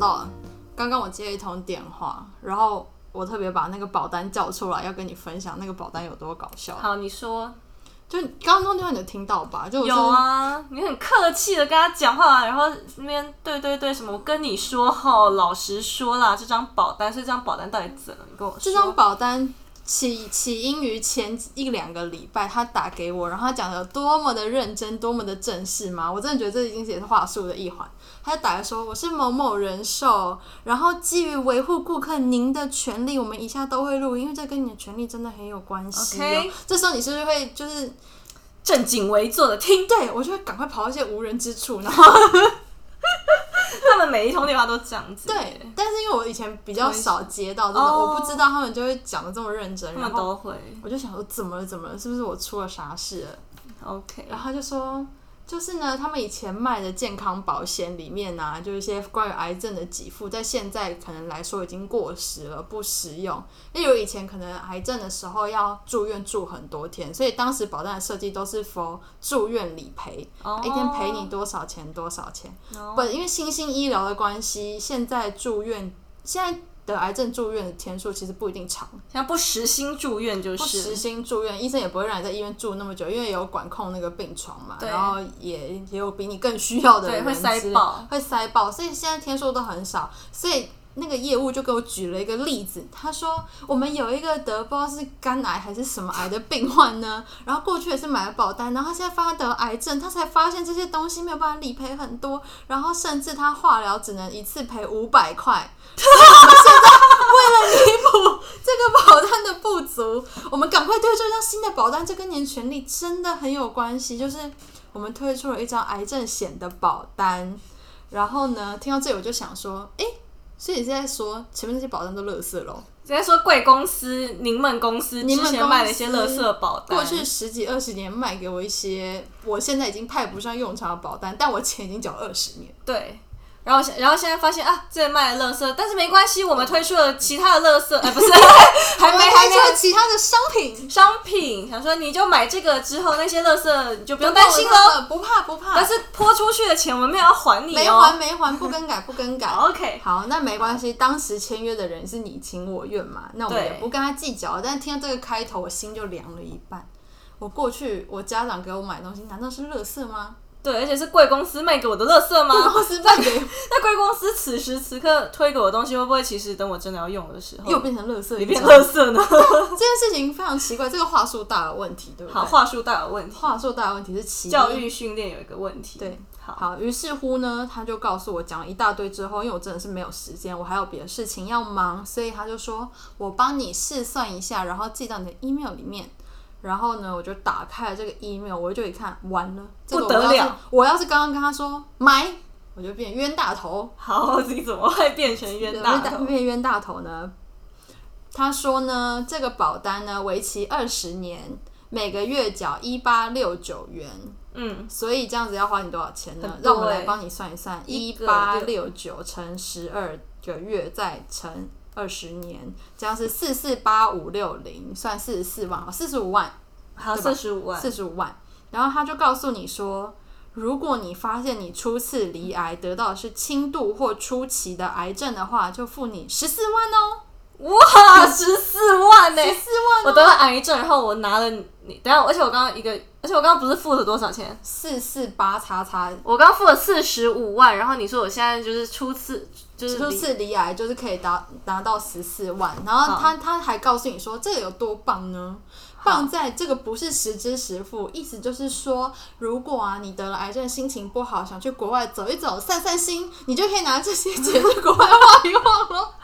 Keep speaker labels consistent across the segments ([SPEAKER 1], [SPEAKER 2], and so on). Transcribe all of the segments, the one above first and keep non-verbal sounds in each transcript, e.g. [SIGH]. [SPEAKER 1] 到了，刚刚我接一通电话，然后我特别把那个保单叫出来，要跟你分享那个保单有多搞笑。
[SPEAKER 2] 好，你说
[SPEAKER 1] 就刚刚那通电话你有听到吧？就我
[SPEAKER 2] 有
[SPEAKER 1] 就是
[SPEAKER 2] 啊？你很客气的跟他讲话，然后那边对对对什么？我跟你说吼，老实说啦，这张保单，所以这张保单到底怎么？你跟我说。
[SPEAKER 1] 这张保单起起因于前一两个礼拜，他打给我，然后他讲的多么的认真，多么的正式嘛，我真的觉得这已经也是话术的一环。他就打来说我是某某人寿，然后基于维护顾客您的权利，我们以下都会录音，因为这跟你的权利真的很有关系、哦。
[SPEAKER 2] OK
[SPEAKER 1] 这时候你是不是会就是
[SPEAKER 2] 正襟危坐的听，
[SPEAKER 1] 对我就会赶快跑到一些无人之处，然后
[SPEAKER 2] [LAUGHS] 他们每一通电话都这样子。
[SPEAKER 1] 对，， [LAUGHS] 但是因为我以前比较少接到这种，
[SPEAKER 2] 哦
[SPEAKER 1] 我不知道他们就会讲的这么认真，
[SPEAKER 2] 他
[SPEAKER 1] 然
[SPEAKER 2] 们
[SPEAKER 1] 后
[SPEAKER 2] 都会。
[SPEAKER 1] 我就想说怎么了怎么了，是不是我出了啥事了？
[SPEAKER 2] OK，
[SPEAKER 1] 然后他就说，就是呢，他们以前卖的健康保险里面呢、啊，就是一些关于癌症的给付，在现在可能来说已经过时了，不实用。例如以前可能癌症的时候要住院住很多天，所以当时保单的设计都是 for 住院理赔，
[SPEAKER 2] 哦
[SPEAKER 1] 一天赔你多少钱多少钱。
[SPEAKER 2] 哦
[SPEAKER 1] 不，因为新兴医疗的关系，现在住院现在。的癌症住院的天数其实不一定长，
[SPEAKER 2] 像不实心住院就
[SPEAKER 1] 不实
[SPEAKER 2] 是，
[SPEAKER 1] 心住院，医生也不会让你在医院住那么久，因为有管控那个病床嘛，
[SPEAKER 2] 对
[SPEAKER 1] 然后也也有比你更需要的
[SPEAKER 2] 对
[SPEAKER 1] 人，
[SPEAKER 2] 会塞爆，
[SPEAKER 1] 会塞爆，所以现在天数都很少，所以。那个业务就给我举了一个例子，他说我们有一个得不知道是肝癌还是什么癌的病患呢，然后过去也是买了保单，然后他现在发现得癌症，他才发现这些东西没有办法理赔很多，然后甚至他化疗只能一次赔五百块，这个保单的不足，我们赶快推出一张新的保单，这跟您的权利真的很有关系。就是我们推出了一张癌症险的保单，然后呢，听到这里我就想说，诶，所以你是在说前面那些保单都垃圾喽？
[SPEAKER 2] 直接说贵公司、柠檬公司
[SPEAKER 1] 柠
[SPEAKER 2] 之
[SPEAKER 1] 檬
[SPEAKER 2] 前卖了一些
[SPEAKER 1] 公
[SPEAKER 2] 垃
[SPEAKER 1] 司
[SPEAKER 2] 圾保单，
[SPEAKER 1] 过去十几二十年卖给我一些我现在已经派不上用场的保单，但我钱已经缴了二十年。
[SPEAKER 2] 对。然后现，然后现在发现啊，这里卖了垃圾，但是没关系，我们推出了其他的垃圾，哎，不是， [LAUGHS] 还没
[SPEAKER 1] 我们
[SPEAKER 2] 还
[SPEAKER 1] 推
[SPEAKER 2] 没
[SPEAKER 1] 出了其他的商品，
[SPEAKER 2] 商品，想说你就买这个之后，那些垃圾你就不用担心哦了。
[SPEAKER 1] 了，不怕不怕，
[SPEAKER 2] 但是泼出去的钱我们没有要还你
[SPEAKER 1] 没
[SPEAKER 2] 哦
[SPEAKER 1] 还。没还，不更改不更改。
[SPEAKER 2] OK，
[SPEAKER 1] 好，那没关系，当时签约的人是你情我愿嘛，那我们
[SPEAKER 2] 对
[SPEAKER 1] 也不跟他计较。但听到这个开头，我心就凉了一半。我过去，我家长给我买东西，难道是垃圾 [LAUGHS] 吗？
[SPEAKER 2] 对，而且是贵公司卖给我的垃圾
[SPEAKER 1] 然
[SPEAKER 2] [LAUGHS] 吗？
[SPEAKER 1] 后是卖给
[SPEAKER 2] 那贵公司此时此刻推给我的东西，会不会其实等我真的要用的时候，
[SPEAKER 1] 又变成垃圾，
[SPEAKER 2] 里变
[SPEAKER 1] 你知道
[SPEAKER 2] 垃
[SPEAKER 1] 吗
[SPEAKER 2] 圾呢？
[SPEAKER 1] [LAUGHS]
[SPEAKER 2] [LAUGHS]
[SPEAKER 1] 这件事情非常奇怪，这个话术大有问题，对不对？
[SPEAKER 2] 好，话术大有问题，
[SPEAKER 1] 话术大有问题是其一
[SPEAKER 2] 教育训练有一个问题。
[SPEAKER 1] 对，
[SPEAKER 2] 好，
[SPEAKER 1] 好，于是乎呢，他就告诉我讲了一大堆之后，因为我真的是没有时间，我还有别的事情要忙，所以他就说我帮你试算一下，然后寄到你的 email 里面。然后呢，我就打开了这个 email，我就一看，完了，这个
[SPEAKER 2] 嗯不得
[SPEAKER 1] 我要是
[SPEAKER 2] 了！
[SPEAKER 1] 我要是刚刚跟他说买，我就变冤大头，
[SPEAKER 2] 好，你怎么会变成冤大头？
[SPEAKER 1] 变冤大头呢？他说呢，这个保单呢，为期二十年，每个月缴一八六九元，
[SPEAKER 2] 嗯，
[SPEAKER 1] 所以这样子要花你多少钱呢
[SPEAKER 2] 很？多
[SPEAKER 1] 让我们
[SPEAKER 2] 欸
[SPEAKER 1] 来帮你算一算，
[SPEAKER 2] 一
[SPEAKER 1] 一
[SPEAKER 2] 个
[SPEAKER 1] 八六九乘十二个月，再乘二十年，这样是四四八五六零，算四十四万，四十五万，
[SPEAKER 2] 好，
[SPEAKER 1] 对吧
[SPEAKER 2] 四十五万。
[SPEAKER 1] 四十五万。然后他就告诉你说，如果你发现你初次罹癌得到的是轻度或初期的癌症的话，就付你十四万哦，
[SPEAKER 2] [LAUGHS] 哇，十四万哦呢、
[SPEAKER 1] 十四万
[SPEAKER 2] 我得了癌症，然后我拿了你，等一下，而且我刚刚一个，而且我刚刚不是付了多少钱？
[SPEAKER 1] 四四八叉叉。
[SPEAKER 2] 我刚付了四十五万，然后你说我现在就是初次，就是
[SPEAKER 1] 初
[SPEAKER 2] 离
[SPEAKER 1] 次罹癌就是可以达拿到十四万，然后他他还告诉你说这个有多棒呢？棒在这个不是实支实付，意思就是说，如果啊你得了癌症，心情不好，想去国外走一走、散散心，你就可以拿这些钱去国外晃一晃咯。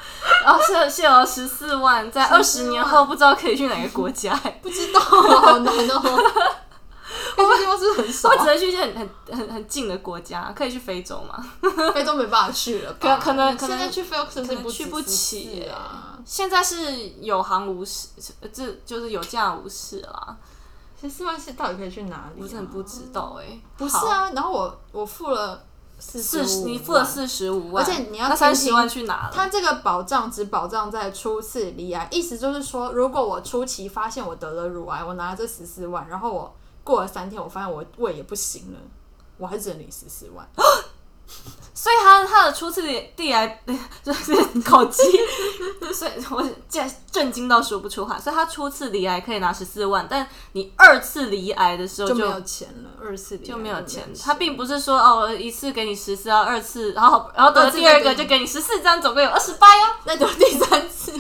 [SPEAKER 2] 哦，是是有十四万，在二十
[SPEAKER 1] 14
[SPEAKER 2] 年后不知道可以去哪个
[SPEAKER 1] [LAUGHS]
[SPEAKER 2] 国家、欸，
[SPEAKER 1] [LAUGHS] 不知道，好难 [LAUGHS] 哦。我们地方是不是很少
[SPEAKER 2] 我
[SPEAKER 1] 啊
[SPEAKER 2] 只，能去一些很很很很近的国家，可以去非洲吗？
[SPEAKER 1] 非洲没办法去了吧，
[SPEAKER 2] 可可能可能
[SPEAKER 1] 现在去非洲甚
[SPEAKER 2] 可
[SPEAKER 1] 至
[SPEAKER 2] 能去
[SPEAKER 1] 不
[SPEAKER 2] 不
[SPEAKER 1] 止14
[SPEAKER 2] 起、
[SPEAKER 1] 啊。
[SPEAKER 2] 现在是有行无市，呃这就是有价无市啦，
[SPEAKER 1] 十四万是到底可以去哪里啊？
[SPEAKER 2] 不是很不知道哎、
[SPEAKER 1] 不是啊，然后我我付了四
[SPEAKER 2] 四十，
[SPEAKER 1] 十，
[SPEAKER 2] 你付了，四十五万，
[SPEAKER 1] 而且你要
[SPEAKER 2] 那
[SPEAKER 1] 听
[SPEAKER 2] 三
[SPEAKER 1] 听
[SPEAKER 2] 十万去哪了？
[SPEAKER 1] 它这个保障只保障在初次罹癌，意思就是说，如果我初期发现我得了乳癌，我拿了这十四万，
[SPEAKER 2] 哦
[SPEAKER 1] 然后我过了三天，我发现我胃也不行了，我还只能领十四万。
[SPEAKER 2] 所以他他的初次地来就是 [LAUGHS] 口技，所以我震震惊到说不出话。所以他初次离癌可以拿十四万，但你二次离癌的时候
[SPEAKER 1] 就
[SPEAKER 2] 就
[SPEAKER 1] 没有钱了，二次
[SPEAKER 2] 就没有钱。 [LAUGHS] 他并不是说哦，一次给你十四，然后二次，然后然后得了第二个就给你十四张，总共有二十八哟，
[SPEAKER 1] 那就第三次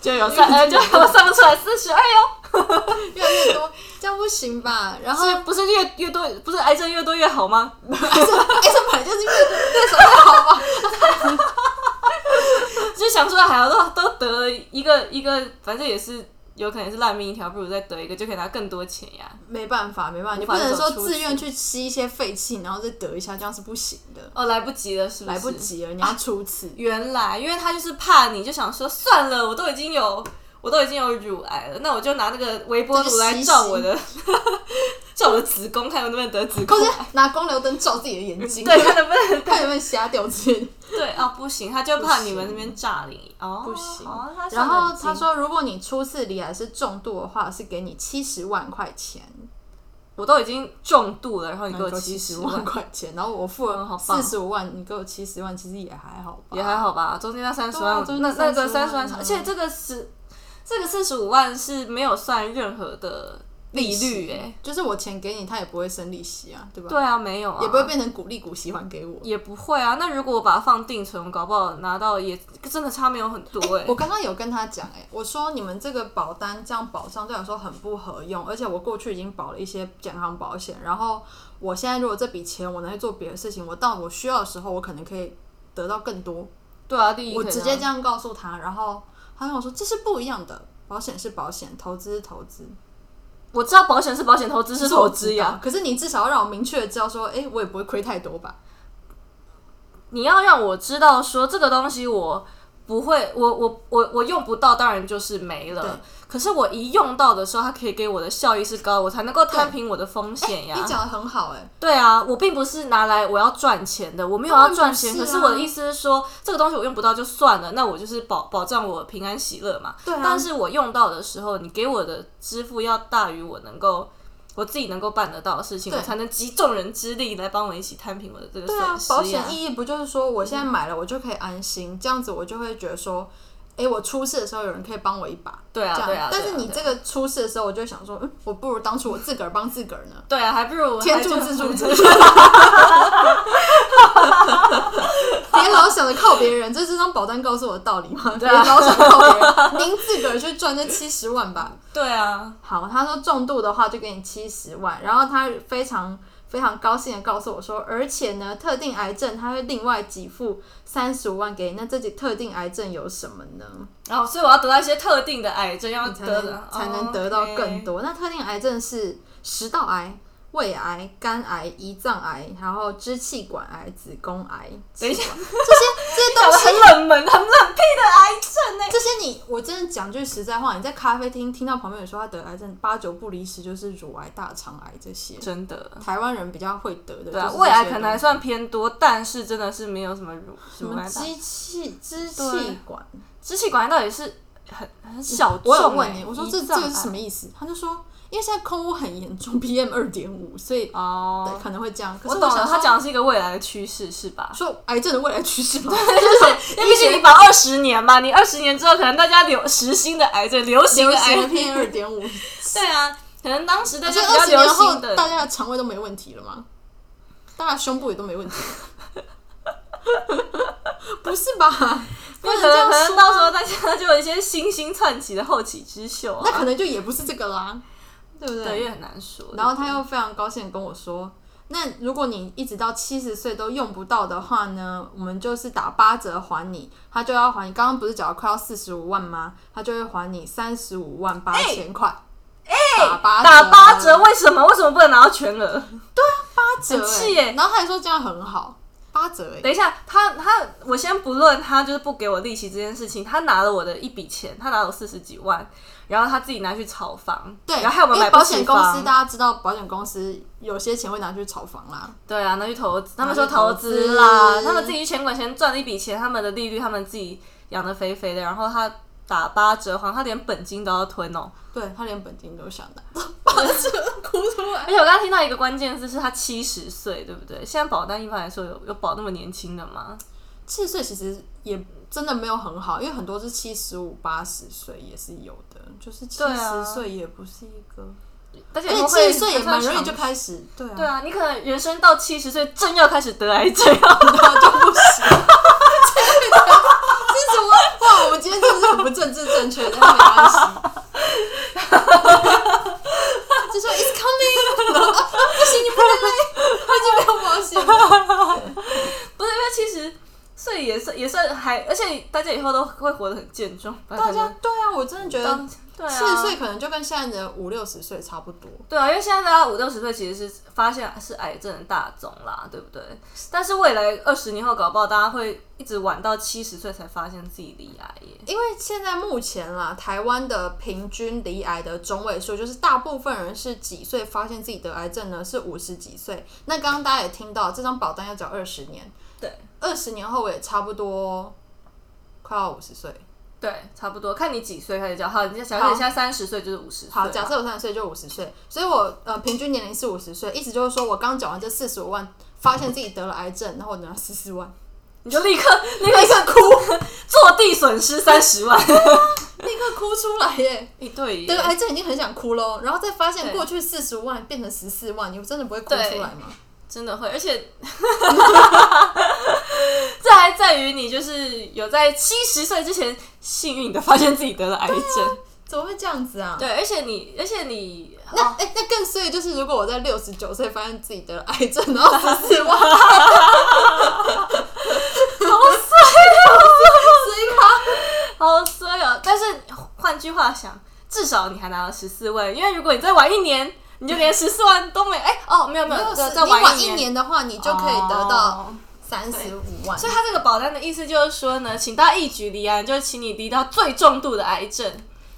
[SPEAKER 2] 就有算呃就我算不出来四十二哟。
[SPEAKER 1] 越来越多，这样不行吧？然后
[SPEAKER 2] 所以不是越越多，不是癌症越多越好吗？
[SPEAKER 1] 哎，这本来就是越
[SPEAKER 2] [LAUGHS]
[SPEAKER 1] 越少越好吧？
[SPEAKER 2] 就想说，好都都得了一个一个，反正也是有可能是烂命一条，不如再得一个就可以拿更多钱呀。
[SPEAKER 1] 没办法，没办法，你
[SPEAKER 2] 无
[SPEAKER 1] 不
[SPEAKER 2] 法
[SPEAKER 1] 能说
[SPEAKER 2] 走出
[SPEAKER 1] 自愿
[SPEAKER 2] 去
[SPEAKER 1] 去吸一些废气，然后再得一下，这样是不行的，
[SPEAKER 2] 哦，来不及了，是不是？
[SPEAKER 1] 来不。及
[SPEAKER 2] [LAUGHS]
[SPEAKER 1] 了，你要初次。 [LAUGHS]
[SPEAKER 2] 原来，因为他就是怕你，就想说算了，我都已经有，我都已经有乳癌了，那我就拿那个微波炉来照我的， [LAUGHS] 照我的子宫，看能不能得子宫
[SPEAKER 1] 或是
[SPEAKER 2] 癌。
[SPEAKER 1] 拿光疗灯照自己的眼睛，
[SPEAKER 2] 对，看能不 [LAUGHS] 能
[SPEAKER 1] 看有没有瞎掉之类的。
[SPEAKER 2] 对啊、不行，他就怕你们那边诈领哦，
[SPEAKER 1] 不行
[SPEAKER 2] 哦、他
[SPEAKER 1] 然
[SPEAKER 2] 算得很
[SPEAKER 1] 后他
[SPEAKER 2] 精
[SPEAKER 1] 说，如果你初次离癌是重度的话，是给你七十万块钱，
[SPEAKER 2] 我都已经重度了，然后你给我
[SPEAKER 1] 七十
[SPEAKER 2] 70万，
[SPEAKER 1] 块钱，然后我付
[SPEAKER 2] 嗯好
[SPEAKER 1] 了
[SPEAKER 2] 棒
[SPEAKER 1] 四十五万，你给我七十万，其实也还好吧，
[SPEAKER 2] 也还好吧，中间那三十万，
[SPEAKER 1] 对啊中间
[SPEAKER 2] 那那
[SPEAKER 1] 30
[SPEAKER 2] 个三十万
[SPEAKER 1] 万，啊
[SPEAKER 2] 而且这个是这个四十五万是没有算任何的利率哎、
[SPEAKER 1] 就是我钱给你，他也不会生利息啊，对吧？
[SPEAKER 2] 对啊，没有啊，
[SPEAKER 1] 也不会变成鼓励股息还给我。
[SPEAKER 2] 也不会啊。那如果我把它放定存，搞不好拿到也真的差没有很多哎、
[SPEAKER 1] 我刚刚有跟他讲，哎，我说你们这个保单这样保障对我来说很不合用，而且我过去已经保了一些健康保险，然后我现在如果这笔钱我拿去做别的事情，我到我需要的时候，我可能可以得到更多。
[SPEAKER 2] 对啊，第一
[SPEAKER 1] 我
[SPEAKER 2] 可以
[SPEAKER 1] 直
[SPEAKER 2] 拿
[SPEAKER 1] 接这样告诉他，然后他跟我说这是不一样的，保险是保险，投资是投资，
[SPEAKER 2] 我知道保险是保险，投资是啊投资呀、
[SPEAKER 1] 呀。可是你至少要让我明确的知道说，哎、我也不会亏太多吧？
[SPEAKER 2] 你要让我知道说这个东西我不会，我我我我用不到，当然就是没了。可是我一用到的时候，它可以给我的效益是高，我才能够摊平我的风险呀、
[SPEAKER 1] 你讲的很好、哎，
[SPEAKER 2] 对啊，我并不是拿来我要赚钱的，我没有要赚钱。
[SPEAKER 1] 当然
[SPEAKER 2] 可
[SPEAKER 1] 不是
[SPEAKER 2] 是
[SPEAKER 1] 啊
[SPEAKER 2] 我的意思是说，这个东西我用不到就算了，那我就是保保障我平安喜乐嘛。
[SPEAKER 1] 对啊
[SPEAKER 2] 但是我用到的时候，你给我的支付要大于我能够我自己能够办得到的事情，我才能集众人之力来帮我一起摊平我的这个损
[SPEAKER 1] 对
[SPEAKER 2] 失呀、
[SPEAKER 1] 啊，保险意义不就是说我现在买了我就可以安心，这样子我就会觉得说，哎、我出事的时候有人可以帮我一把。
[SPEAKER 2] 对啊
[SPEAKER 1] 这样
[SPEAKER 2] 对啊
[SPEAKER 1] 但是
[SPEAKER 2] 对啊
[SPEAKER 1] 你
[SPEAKER 2] 对啊
[SPEAKER 1] 这个出事的时候，我就会想说，嗯，我不如当初我自个儿帮自个儿呢。
[SPEAKER 2] 对啊，还不如
[SPEAKER 1] 天
[SPEAKER 2] 还就
[SPEAKER 1] 助自助者， [LAUGHS] 别老想着靠别人，这是张保单告诉我的道理吗？别老想着靠别人，您自个儿去赚这七十万吧。
[SPEAKER 2] 对啊，
[SPEAKER 1] 好，他说重度的话就给你七十万，然后他非常非常高兴的告诉我说，而且呢，特定癌症他会另外给付三十五万给你，那这几特定癌症有什么呢？
[SPEAKER 2] 然、后所以我要得到一些特定的癌症，要
[SPEAKER 1] 才
[SPEAKER 2] 得
[SPEAKER 1] 能
[SPEAKER 2] 到
[SPEAKER 1] 才能得到更。
[SPEAKER 2] 啊哦，OK
[SPEAKER 1] 多。那特定癌症是食道癌、胃癌、肝癌、胰脏癌，然后支气管癌、子宫癌。
[SPEAKER 2] 等一下
[SPEAKER 1] 气管这些这
[SPEAKER 2] 讲 [LAUGHS] 的
[SPEAKER 1] 些东
[SPEAKER 2] 很
[SPEAKER 1] 西，
[SPEAKER 2] 冷门、很冷僻的癌症呢、
[SPEAKER 1] 这些你我真的讲句实在话，你在咖啡厅听到旁边有说他得癌症，八九不离十就是乳癌、大肠癌这些。
[SPEAKER 2] 真的。
[SPEAKER 1] 台湾人比较会得的，
[SPEAKER 2] 对啊
[SPEAKER 1] 就，是
[SPEAKER 2] 胃
[SPEAKER 1] 这
[SPEAKER 2] 癌
[SPEAKER 1] 些
[SPEAKER 2] 可能
[SPEAKER 1] 东
[SPEAKER 2] 还
[SPEAKER 1] 西
[SPEAKER 2] 算偏多，但是真的是没有什么乳什
[SPEAKER 1] 什
[SPEAKER 2] 么
[SPEAKER 1] 么
[SPEAKER 2] 癌症。
[SPEAKER 1] 支气支
[SPEAKER 2] 对
[SPEAKER 1] 气管。
[SPEAKER 2] 支气管癌到底是很很小众、
[SPEAKER 1] 我
[SPEAKER 2] 欸。
[SPEAKER 1] 有问你，我说这这个是什
[SPEAKER 2] 么？
[SPEAKER 1] 么意思？他就说，因为现在空污很严重，PM 二点五，所以
[SPEAKER 2] 哦，
[SPEAKER 1] 可能会这样。可
[SPEAKER 2] 我
[SPEAKER 1] 是
[SPEAKER 2] 懂
[SPEAKER 1] 想
[SPEAKER 2] 了，
[SPEAKER 1] 说
[SPEAKER 2] 他讲的是一个未来的趋势，是吧？ [LAUGHS]
[SPEAKER 1] 说癌症的未来趋势吗？
[SPEAKER 2] 因为毕竟你把二十年嘛，你二十年之后可能大家流时新的癌症，流
[SPEAKER 1] [LAUGHS] 流
[SPEAKER 2] 行的癌
[SPEAKER 1] 行的
[SPEAKER 2] 症，
[SPEAKER 1] 偏二点五， [LAUGHS]
[SPEAKER 2] 对啊，可能当时大
[SPEAKER 1] 所以
[SPEAKER 2] 家比
[SPEAKER 1] 二
[SPEAKER 2] 较
[SPEAKER 1] 十年
[SPEAKER 2] 流
[SPEAKER 1] 后
[SPEAKER 2] 行的，
[SPEAKER 1] 大家的肠胃都没问题了吗？大家胸部也都没问题了， [LAUGHS] 不是吧？ [LAUGHS] 不
[SPEAKER 2] 那
[SPEAKER 1] 能
[SPEAKER 2] 可
[SPEAKER 1] 这
[SPEAKER 2] 能
[SPEAKER 1] 样
[SPEAKER 2] 可能
[SPEAKER 1] 说，啊
[SPEAKER 2] 到时候大家就有一些新兴窜起的后起之秀
[SPEAKER 1] 那
[SPEAKER 2] 啊，
[SPEAKER 1] 可能就也不是这个啦，对不
[SPEAKER 2] 对，
[SPEAKER 1] 对？
[SPEAKER 2] 也很难说。
[SPEAKER 1] 然后他又非常高兴地跟我说。那如果你一直到七十岁都用不到的话呢，我们就是打八折还你，他就要还你。刚刚不是缴了快要四十五万吗？他就会还你三十五万八千块，哎打八
[SPEAKER 2] 打八折，为什么为什么不能拿到全额？
[SPEAKER 1] 八折、
[SPEAKER 2] 很
[SPEAKER 1] 欸，
[SPEAKER 2] 气耶
[SPEAKER 1] 然后他还说这样很好，八折哎、
[SPEAKER 2] 等一下，他他，我先不论他就是不给我利息这件事情，他拿了我的一笔钱，他拿了我四十几万，然后他自己拿去炒房，
[SPEAKER 1] 对，
[SPEAKER 2] 然后害我们
[SPEAKER 1] 因
[SPEAKER 2] 买
[SPEAKER 1] 为
[SPEAKER 2] 不
[SPEAKER 1] 保
[SPEAKER 2] 起
[SPEAKER 1] 险公司
[SPEAKER 2] 房，
[SPEAKER 1] 大家知道，保险公司有些钱会拿去炒房啦，
[SPEAKER 2] 对啊，拿去投资，他
[SPEAKER 1] 拿
[SPEAKER 2] 们说
[SPEAKER 1] 去投
[SPEAKER 2] 投资啦，
[SPEAKER 1] 资
[SPEAKER 2] 他们自己去钱管钱赚了一笔钱，他们的利率他们自己养的肥肥的，然后他打八折还，他连本金都要吞哦，
[SPEAKER 1] 对他连本金都想拿，
[SPEAKER 2] 而
[SPEAKER 1] 只能哭出来。
[SPEAKER 2] 且我刚刚听到一个关键字是他七十岁，对不对？现在保单一般来说有有保那么年轻的吗？
[SPEAKER 1] 七十岁其实也真的没有很好，因为很多是七十五、八十岁也是有的，就是七
[SPEAKER 2] 对啊
[SPEAKER 1] 十岁也不是一个，
[SPEAKER 2] 而且
[SPEAKER 1] 而且
[SPEAKER 2] 会
[SPEAKER 1] 七十岁也蛮容易
[SPEAKER 2] 长
[SPEAKER 1] 就开始，对啊，
[SPEAKER 2] 对啊，你可能人生到七十岁正要开始得癌症啊，
[SPEAKER 1] 然后就不行。这是什么？啊哇，我们今天真的是很不政治正确，但没关系。就说 "It's coming"，然后啊不行，你不能来，我已经没有保险了。
[SPEAKER 2] [LAUGHS] 不是因为七十岁也算也算还，而且大家以后都会活得很健壮，
[SPEAKER 1] 大
[SPEAKER 2] 大
[SPEAKER 1] 家对啊，我真的觉得
[SPEAKER 2] 对啊，
[SPEAKER 1] 四十岁可能就跟现在的五六十岁差不多。
[SPEAKER 2] 对啊，因为现在大家五六十岁其实是发现是癌症的大宗啦，对不对？但是未来二十年后，搞不好大家会一直晚到七十岁才发现自己罹癌耶。
[SPEAKER 1] 因为现在目前啦，台湾的平均罹癌的中位数，就是大部分人是几岁发现自己得癌症呢？是五十几岁。那刚刚大家也听到，这张保单要缴二十年，
[SPEAKER 2] 对，
[SPEAKER 1] 二十年后我也差不多快要五十岁。
[SPEAKER 2] 对，差不多，看你几岁开始交。好，你假设你现在三十岁就是五十岁嘛。
[SPEAKER 1] 好，假设我三十岁就五十岁，所以我呃平均年龄是五十岁，意思就是说我刚缴完这四十五万，发现自己得了癌症，然后我拿四十万，
[SPEAKER 2] 你就立刻 [LAUGHS] 立刻刻哭，坐地损失三十 [LAUGHS] 万。
[SPEAKER 1] [LAUGHS] 立刻哭出来耶！
[SPEAKER 2] 哎，对耶
[SPEAKER 1] 得癌症已经很想哭喽，然后再发现
[SPEAKER 2] 对
[SPEAKER 1] 过去四十万变成十四万，你真的不会哭出
[SPEAKER 2] 对
[SPEAKER 1] 来吗？
[SPEAKER 2] 真的会，而且 [LAUGHS] 这还在于你就是有在七十岁之前幸运的发现自己得了癌症。
[SPEAKER 1] 怎么会这样子啊？
[SPEAKER 2] 啊对，而且你，而且你，哦
[SPEAKER 1] 那哎、那更衰的就是，如果我在六十九岁发现自己得了癌症，然后十
[SPEAKER 2] [LAUGHS]
[SPEAKER 1] 四万，好衰啊，好衰卡。
[SPEAKER 2] 好衰哦！但是换句话想，至少你还拿了十四万，因为如果你再晚一年，你就连十四万都没。哎、哦，没有没
[SPEAKER 1] 如
[SPEAKER 2] 有，
[SPEAKER 1] 果
[SPEAKER 2] 再
[SPEAKER 1] 是
[SPEAKER 2] 再
[SPEAKER 1] 你晚
[SPEAKER 2] 一哦
[SPEAKER 1] 一年的话，你就可以得到三十五万。
[SPEAKER 2] 所以他这个保单的意思就是说呢，请大家一举离癌，就是请你离到最重度的癌症，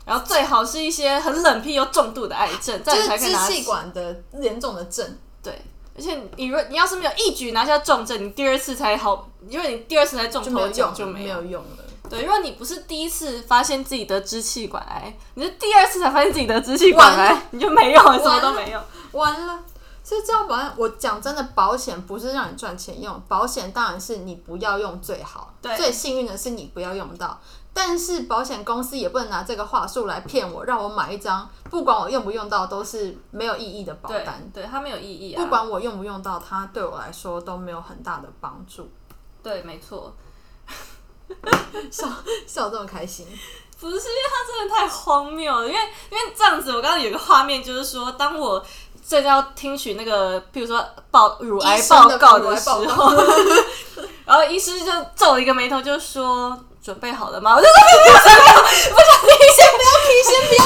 [SPEAKER 2] 然后最好是一些很冷僻又重度的癌症，这
[SPEAKER 1] 就是
[SPEAKER 2] 样你才可以
[SPEAKER 1] 支
[SPEAKER 2] 拿
[SPEAKER 1] 气管的严重的症，
[SPEAKER 2] 对。而且你如你要是没有一举拿下重症，你第二次才好，因为你第二次才中
[SPEAKER 1] 就没
[SPEAKER 2] 头
[SPEAKER 1] 有
[SPEAKER 2] 奖
[SPEAKER 1] 用，
[SPEAKER 2] 就
[SPEAKER 1] 没
[SPEAKER 2] 有
[SPEAKER 1] 有。用了。
[SPEAKER 2] 对，如果你不是第一次发现自己得支气管癌，你是第二次才发现自己得支气管
[SPEAKER 1] 完
[SPEAKER 2] 癌
[SPEAKER 1] 了，
[SPEAKER 2] 你就没有了，什么
[SPEAKER 1] 完
[SPEAKER 2] 都
[SPEAKER 1] 了
[SPEAKER 2] 没有。
[SPEAKER 1] 完了，所以这样保险，我讲真的，保险不是让你赚钱用，保险当然是你不要用最好。
[SPEAKER 2] 对
[SPEAKER 1] 最幸运的是你不要用到。但是保险公司也不能拿这个话术来骗我，让我买一张不管我用不用到都是没有意义的保
[SPEAKER 2] 对
[SPEAKER 1] 单。，
[SPEAKER 2] 对，它没有意义啊。
[SPEAKER 1] 不管我用不用到，它对我来说都没有很大的帮
[SPEAKER 2] [LAUGHS]
[SPEAKER 1] 助。
[SPEAKER 2] 对，没错，
[SPEAKER 1] 笑笑这么开
[SPEAKER 2] [LAUGHS]
[SPEAKER 1] 心，
[SPEAKER 2] 不是因为它真的太荒谬了，因为因为这样子，我刚刚有一个画面就是说，当我正要听取那个，譬如说报乳癌
[SPEAKER 1] 医生
[SPEAKER 2] 报
[SPEAKER 1] 的
[SPEAKER 2] 告
[SPEAKER 1] 乳
[SPEAKER 2] 的
[SPEAKER 1] 癌
[SPEAKER 2] 时
[SPEAKER 1] 报告
[SPEAKER 2] 候， [LAUGHS] 然后医师就皱了一个眉头，就说。准备好了吗？我就
[SPEAKER 1] 你先不要听，你先删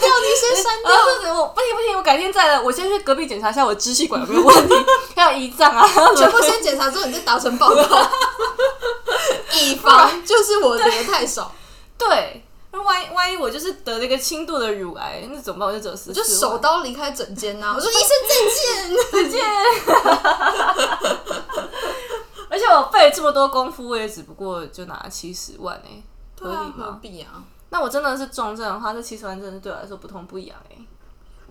[SPEAKER 1] 掉，你先删
[SPEAKER 2] [LAUGHS] 然
[SPEAKER 1] 掉。
[SPEAKER 2] 后就是哦我不行不行，我改天再来，我先去隔壁检查一下我支气管有没有 [LAUGHS] 问题，还有胰脏啊，然后
[SPEAKER 1] 全部先检查之后，你再达成报
[SPEAKER 2] [LAUGHS]
[SPEAKER 1] 告，以防就是我得太少，
[SPEAKER 2] 对，那万一万一我就是得了一个轻度的乳癌，那怎么办？我就只有十
[SPEAKER 1] 我就手刀离开诊间呐、我说医生再见。
[SPEAKER 2] 再见。而且我费了这么多功夫，我也只不过就拿了七十万哎、合理
[SPEAKER 1] 何
[SPEAKER 2] 吗？
[SPEAKER 1] 必啊？
[SPEAKER 2] 那我真的是重症的话，这七十万真的对我来说不痛不痒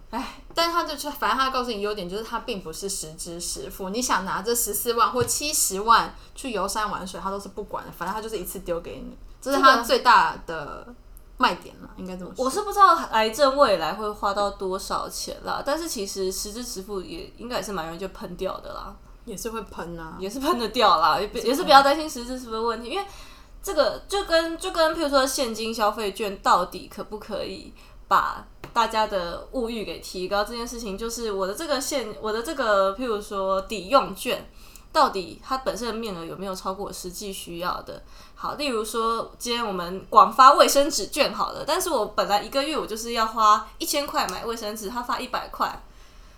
[SPEAKER 2] 哎、
[SPEAKER 1] 但他就是，反正他告诉你优点就是他并不是实支实付，你想拿这十四万或七十万去游山玩水，他都是不管的，反正他就是一次丢给你，这是
[SPEAKER 2] 这
[SPEAKER 1] 他
[SPEAKER 2] 个
[SPEAKER 1] 最大的卖点了，应该这么说。
[SPEAKER 2] 我是不知道癌症未来会花到多少钱啦，但是其实实支实付也应该也是蛮容易就喷掉的啦。
[SPEAKER 1] 也是会喷啊，
[SPEAKER 2] 也是喷得掉啦，也不也是不要担心实质是不是问题，因为这个就跟就跟譬如说现金消费券到底可不可以把大家的物欲给提高这件事情，就是我的这个现我的这个譬如说抵用券。到底它本身的面额有没有超过我实际需要的？好，例如说今天我们广发卫生纸券好了，但是我本来一个月我就是要花一千块买卫生纸，他发一百块，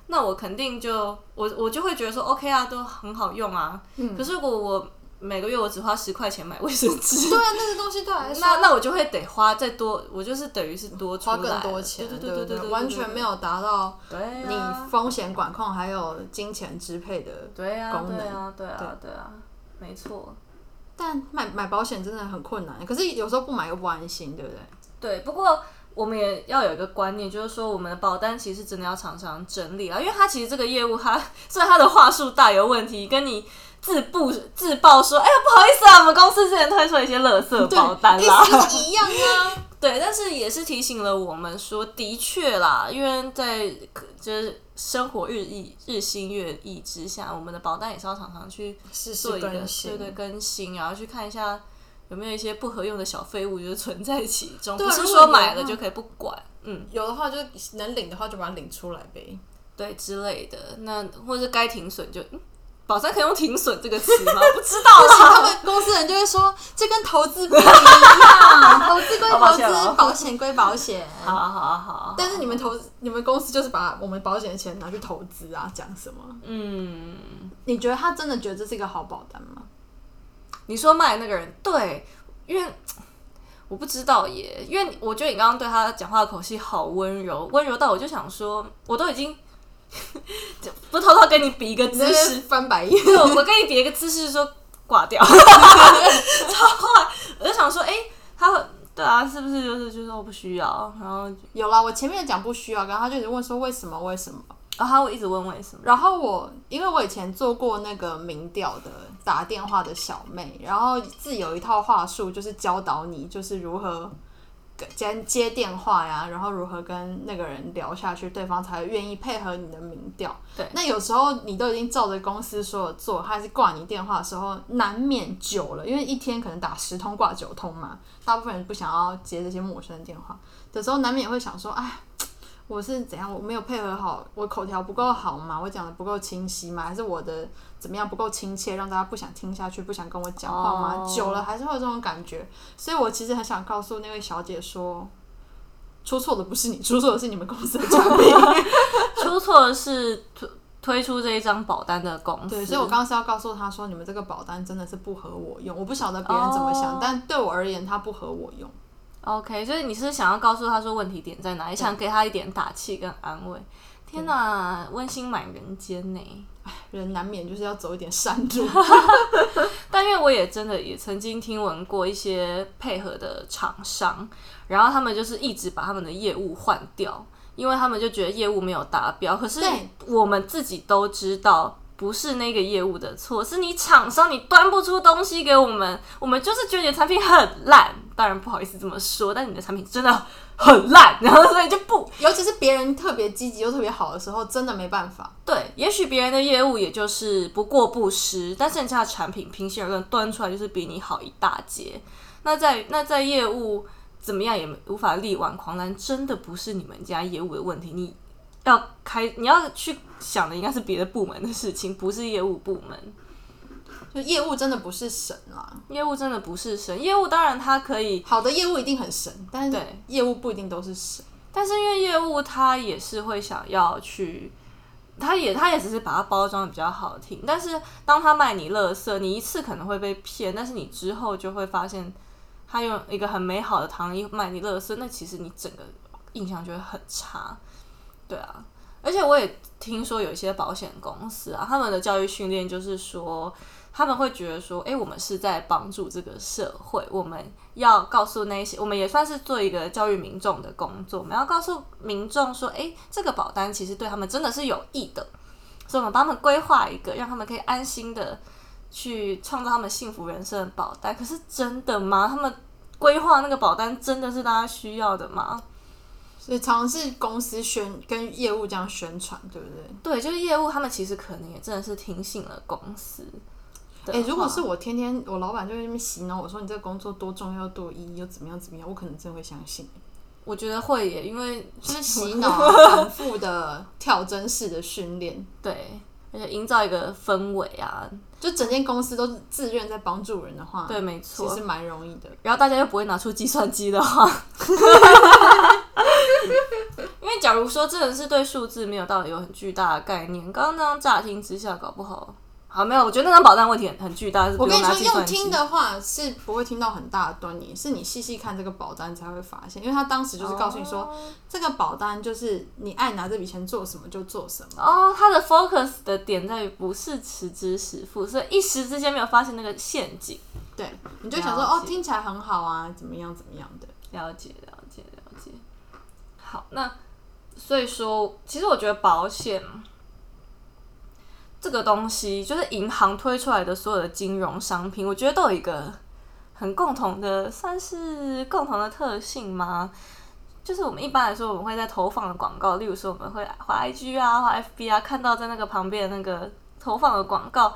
[SPEAKER 2] 那我肯定就我我就会觉得说 OK 啊，都很好用啊。
[SPEAKER 1] 嗯
[SPEAKER 2] 可是如果我每个月我只花十块钱买卫生纸， [LAUGHS]
[SPEAKER 1] 对啊，那个东西对我来说
[SPEAKER 2] 那那我就会得花再多，我就是等于是多出
[SPEAKER 1] 花
[SPEAKER 2] 来
[SPEAKER 1] 更多钱，
[SPEAKER 2] 对
[SPEAKER 1] 对
[SPEAKER 2] 对对
[SPEAKER 1] 不
[SPEAKER 2] 对，
[SPEAKER 1] 完全没有达到
[SPEAKER 2] 对啊
[SPEAKER 1] 你风险管控还有金钱支配的
[SPEAKER 2] 对啊
[SPEAKER 1] 功
[SPEAKER 2] 对
[SPEAKER 1] 能。
[SPEAKER 2] 啊对啊对啊，没错。
[SPEAKER 1] 但买买保险真的很困难，可是有时候不买又不安心，对不对？
[SPEAKER 2] 对，不过我们也要有一个观念，就是说我们的保单其实真的要常常整理啊，因为它其实这个业务它，虽然它的话术大有问题，跟你自曝自曝说，哎呀不好意思啊，我们公司之前推出了一些垃圾保单
[SPEAKER 1] 意
[SPEAKER 2] 啦，
[SPEAKER 1] 思是一样啊。
[SPEAKER 2] [LAUGHS] 对，但是也是提醒了我们说，的确啦，因为在就是生活日益日新月异之下，我们的保单也是要常常去
[SPEAKER 1] 是
[SPEAKER 2] 做一个
[SPEAKER 1] 更新，
[SPEAKER 2] 对对更新，然后去看一下有没有一些不合用的小废物就是存在其中，
[SPEAKER 1] 对啊
[SPEAKER 2] 不是
[SPEAKER 1] 如果
[SPEAKER 2] 说
[SPEAKER 1] 有
[SPEAKER 2] 买
[SPEAKER 1] 的
[SPEAKER 2] 了
[SPEAKER 1] 话
[SPEAKER 2] 就可以不管，嗯，
[SPEAKER 1] 有的话就能领的话就把它领出来呗。
[SPEAKER 2] 对之类的。那或者是该停损就，嗯，宝山可以用停损这个词吗？我不知道
[SPEAKER 1] 不行，他
[SPEAKER 2] 啦。
[SPEAKER 1] 们公司人就会说，这跟投资不一样，
[SPEAKER 2] [LAUGHS]
[SPEAKER 1] 投资归
[SPEAKER 2] 好
[SPEAKER 1] 投
[SPEAKER 2] 抱歉哦
[SPEAKER 1] 资，保险归保险。
[SPEAKER 2] [LAUGHS] 好哦啊好好好，
[SPEAKER 1] 但是你们投资，你们公司就是把我们保险的钱拿去投资啊，讲什么？
[SPEAKER 2] 嗯。
[SPEAKER 1] 你觉得他真的觉得这是一个好保单吗？
[SPEAKER 2] 你说卖那个人，对，因为我不知道耶，因为我觉得你刚刚对他讲话的口气好温柔，温柔到我就想说，我都已经 [LAUGHS] 就不偷偷跟你比一个
[SPEAKER 1] 你在
[SPEAKER 2] 姿
[SPEAKER 1] 那
[SPEAKER 2] 势
[SPEAKER 1] 边，翻白眼， [LAUGHS]
[SPEAKER 2] 对，我跟你比一个姿势说挂掉， [LAUGHS] 超坏，我就想说，哎、他会。对啊，是不是就是就是我不需要，然后
[SPEAKER 1] 有啦，我前面讲不需要，然后他就一直问说为什么为什么。
[SPEAKER 2] 然哦后他会一直问
[SPEAKER 1] [LAUGHS]
[SPEAKER 2] 为什么，
[SPEAKER 1] 然后我因为我以前做过那个民调的打电话的小妹，然后自有一套话术，就是教导你就是如何接接电话呀，然后如何跟那个人聊下去，对方才会愿意配合你的民调。
[SPEAKER 2] 对
[SPEAKER 1] 那有时候你都已经照着公司说的做，他还是挂你电话的时候，难免久了，因为一天可能打十通挂九通嘛，大部分人不想要接这些陌生的电话的时候，难免会想说，哎。我是怎样？我没有配合好，我口条不够好吗？我讲的不够清晰吗？还是我的怎么样不够亲切，让大家不想听下去，不想跟我讲话吗
[SPEAKER 2] 哦
[SPEAKER 1] 久了还是会有这种感觉，所以我其实很想告诉那位小姐说，出错的不是你，出错的是你们公司的产
[SPEAKER 2] [LAUGHS]
[SPEAKER 1] 品。
[SPEAKER 2] 出错的是推推出这一张保单的公司，
[SPEAKER 1] 对，所以我刚刚是要告诉她说，你们这个保单真的是不合我用。我不晓得别人怎么想
[SPEAKER 2] 哦
[SPEAKER 1] 但对我而言，它不合我用。
[SPEAKER 2] OK，所以你是想要告诉他说问题点在哪，也想给他一点打气跟安慰。天哪，温馨满人间呢！
[SPEAKER 1] 哎人难免就是要走一点善路。 [LAUGHS]
[SPEAKER 2] 但因为我也真的也曾经听闻过一些配合的厂商，然后他们就是一直把他们的业务换掉，因为他们就觉得业务没有达标。可是
[SPEAKER 1] 对
[SPEAKER 2] 我们自己都知道。不是那个业务的错，是你厂商你端不出东西给我们，我们就是觉得你的产品很烂。当然不好意思这么说，但你的产品真的很烂，然后所以就不
[SPEAKER 1] 尤其是别人特别积极又特别好的时候，真的没办法。
[SPEAKER 2] 对，也许别人的业务也就是不过不失，但是人家的产品平心而论端出来就是比你好一大截。那在那在业务怎么样也无法力挽狂澜，真的不是你们家业务的问题，你要开你要去想的应该是别的部门的事情，不是业务部门。
[SPEAKER 1] 就业务真的不是神啦，
[SPEAKER 2] 业务真的不是神，业务当然它可以
[SPEAKER 1] 好的业务一定很神，但是
[SPEAKER 2] 对
[SPEAKER 1] 业务不一定都是神。
[SPEAKER 2] 但是因为业务，他也是会想要去，他也他也只是把它包装的比较好听。但是当他卖你乐色，你一次可能会被骗，但是你之后就会发现，他用一个很美好的糖衣卖你乐色，那其实你整个印象就会很差。对啊，而且我也听说有一些保险公司啊，他们的教育训练就是说，他们会觉得说，诶，我们是在帮助这个社会，我们要告诉那些，我们也算是做一个教育民众的工作，我们要告诉民众说，诶，这个保单其实对他们真的是有益的，所以我们帮他们规划一个，让他们可以安心的去创造他们幸福人生的保单。可是真的吗？他们规划那个保单真的是大家需要的吗？
[SPEAKER 1] 所以常常是公司宣跟业务这样宣传，对不对？
[SPEAKER 2] 对，就是业务，他们其实可能也真的是听信了公司的话。
[SPEAKER 1] 哎、如果是我天天我老板就在那边洗脑我说你这个工作多重要多意义又怎么样怎么样，我可能真的会相信，
[SPEAKER 2] 我觉得会耶，因为
[SPEAKER 1] [LAUGHS] 就是洗脑啊反复的跳针式的训练，
[SPEAKER 2] 对，而且营造一个氛围啊，
[SPEAKER 1] 就整间公司都是自愿在帮助人的话，
[SPEAKER 2] 对，，没
[SPEAKER 1] 其
[SPEAKER 2] 错
[SPEAKER 1] 实。蛮容易的。
[SPEAKER 2] 然后大家又不会拿出计算机
[SPEAKER 1] [LAUGHS]
[SPEAKER 2] 的话，因为假如说真的是对数字没有到底有很巨大的概念，刚刚那样乍听之下搞不好，好没有，我觉得那张保单问题很很巨大，是不
[SPEAKER 1] 我跟你
[SPEAKER 2] 用拿
[SPEAKER 1] 说，
[SPEAKER 2] 计
[SPEAKER 1] 用
[SPEAKER 2] 算机
[SPEAKER 1] 听的话是不会听到很大的端倪，是你细细看这个保单才会发现，因为他当时就是告诉你说，这个保单就是你爱拿这笔钱做什么就做什么。
[SPEAKER 2] 哦，他的 focus 的点在于不是持之实付，所以一时之间没有发现那个陷阱。
[SPEAKER 1] 对，你就想说
[SPEAKER 2] 了
[SPEAKER 1] 哦，
[SPEAKER 2] 解
[SPEAKER 1] 听起来很好啊，怎么样怎么样的。
[SPEAKER 2] 了解，了解，了解。好，那所以说，其实我觉得保险这个东西，就是银行推出来的所有的金融商品，我觉得都有一个很共同的，算是共同的特性吗？就是我们一般来说，我们会在投放的广告，例如说我们会滑 IG 啊、滑 FB 啊，看到在那个旁边的那个投放的广告，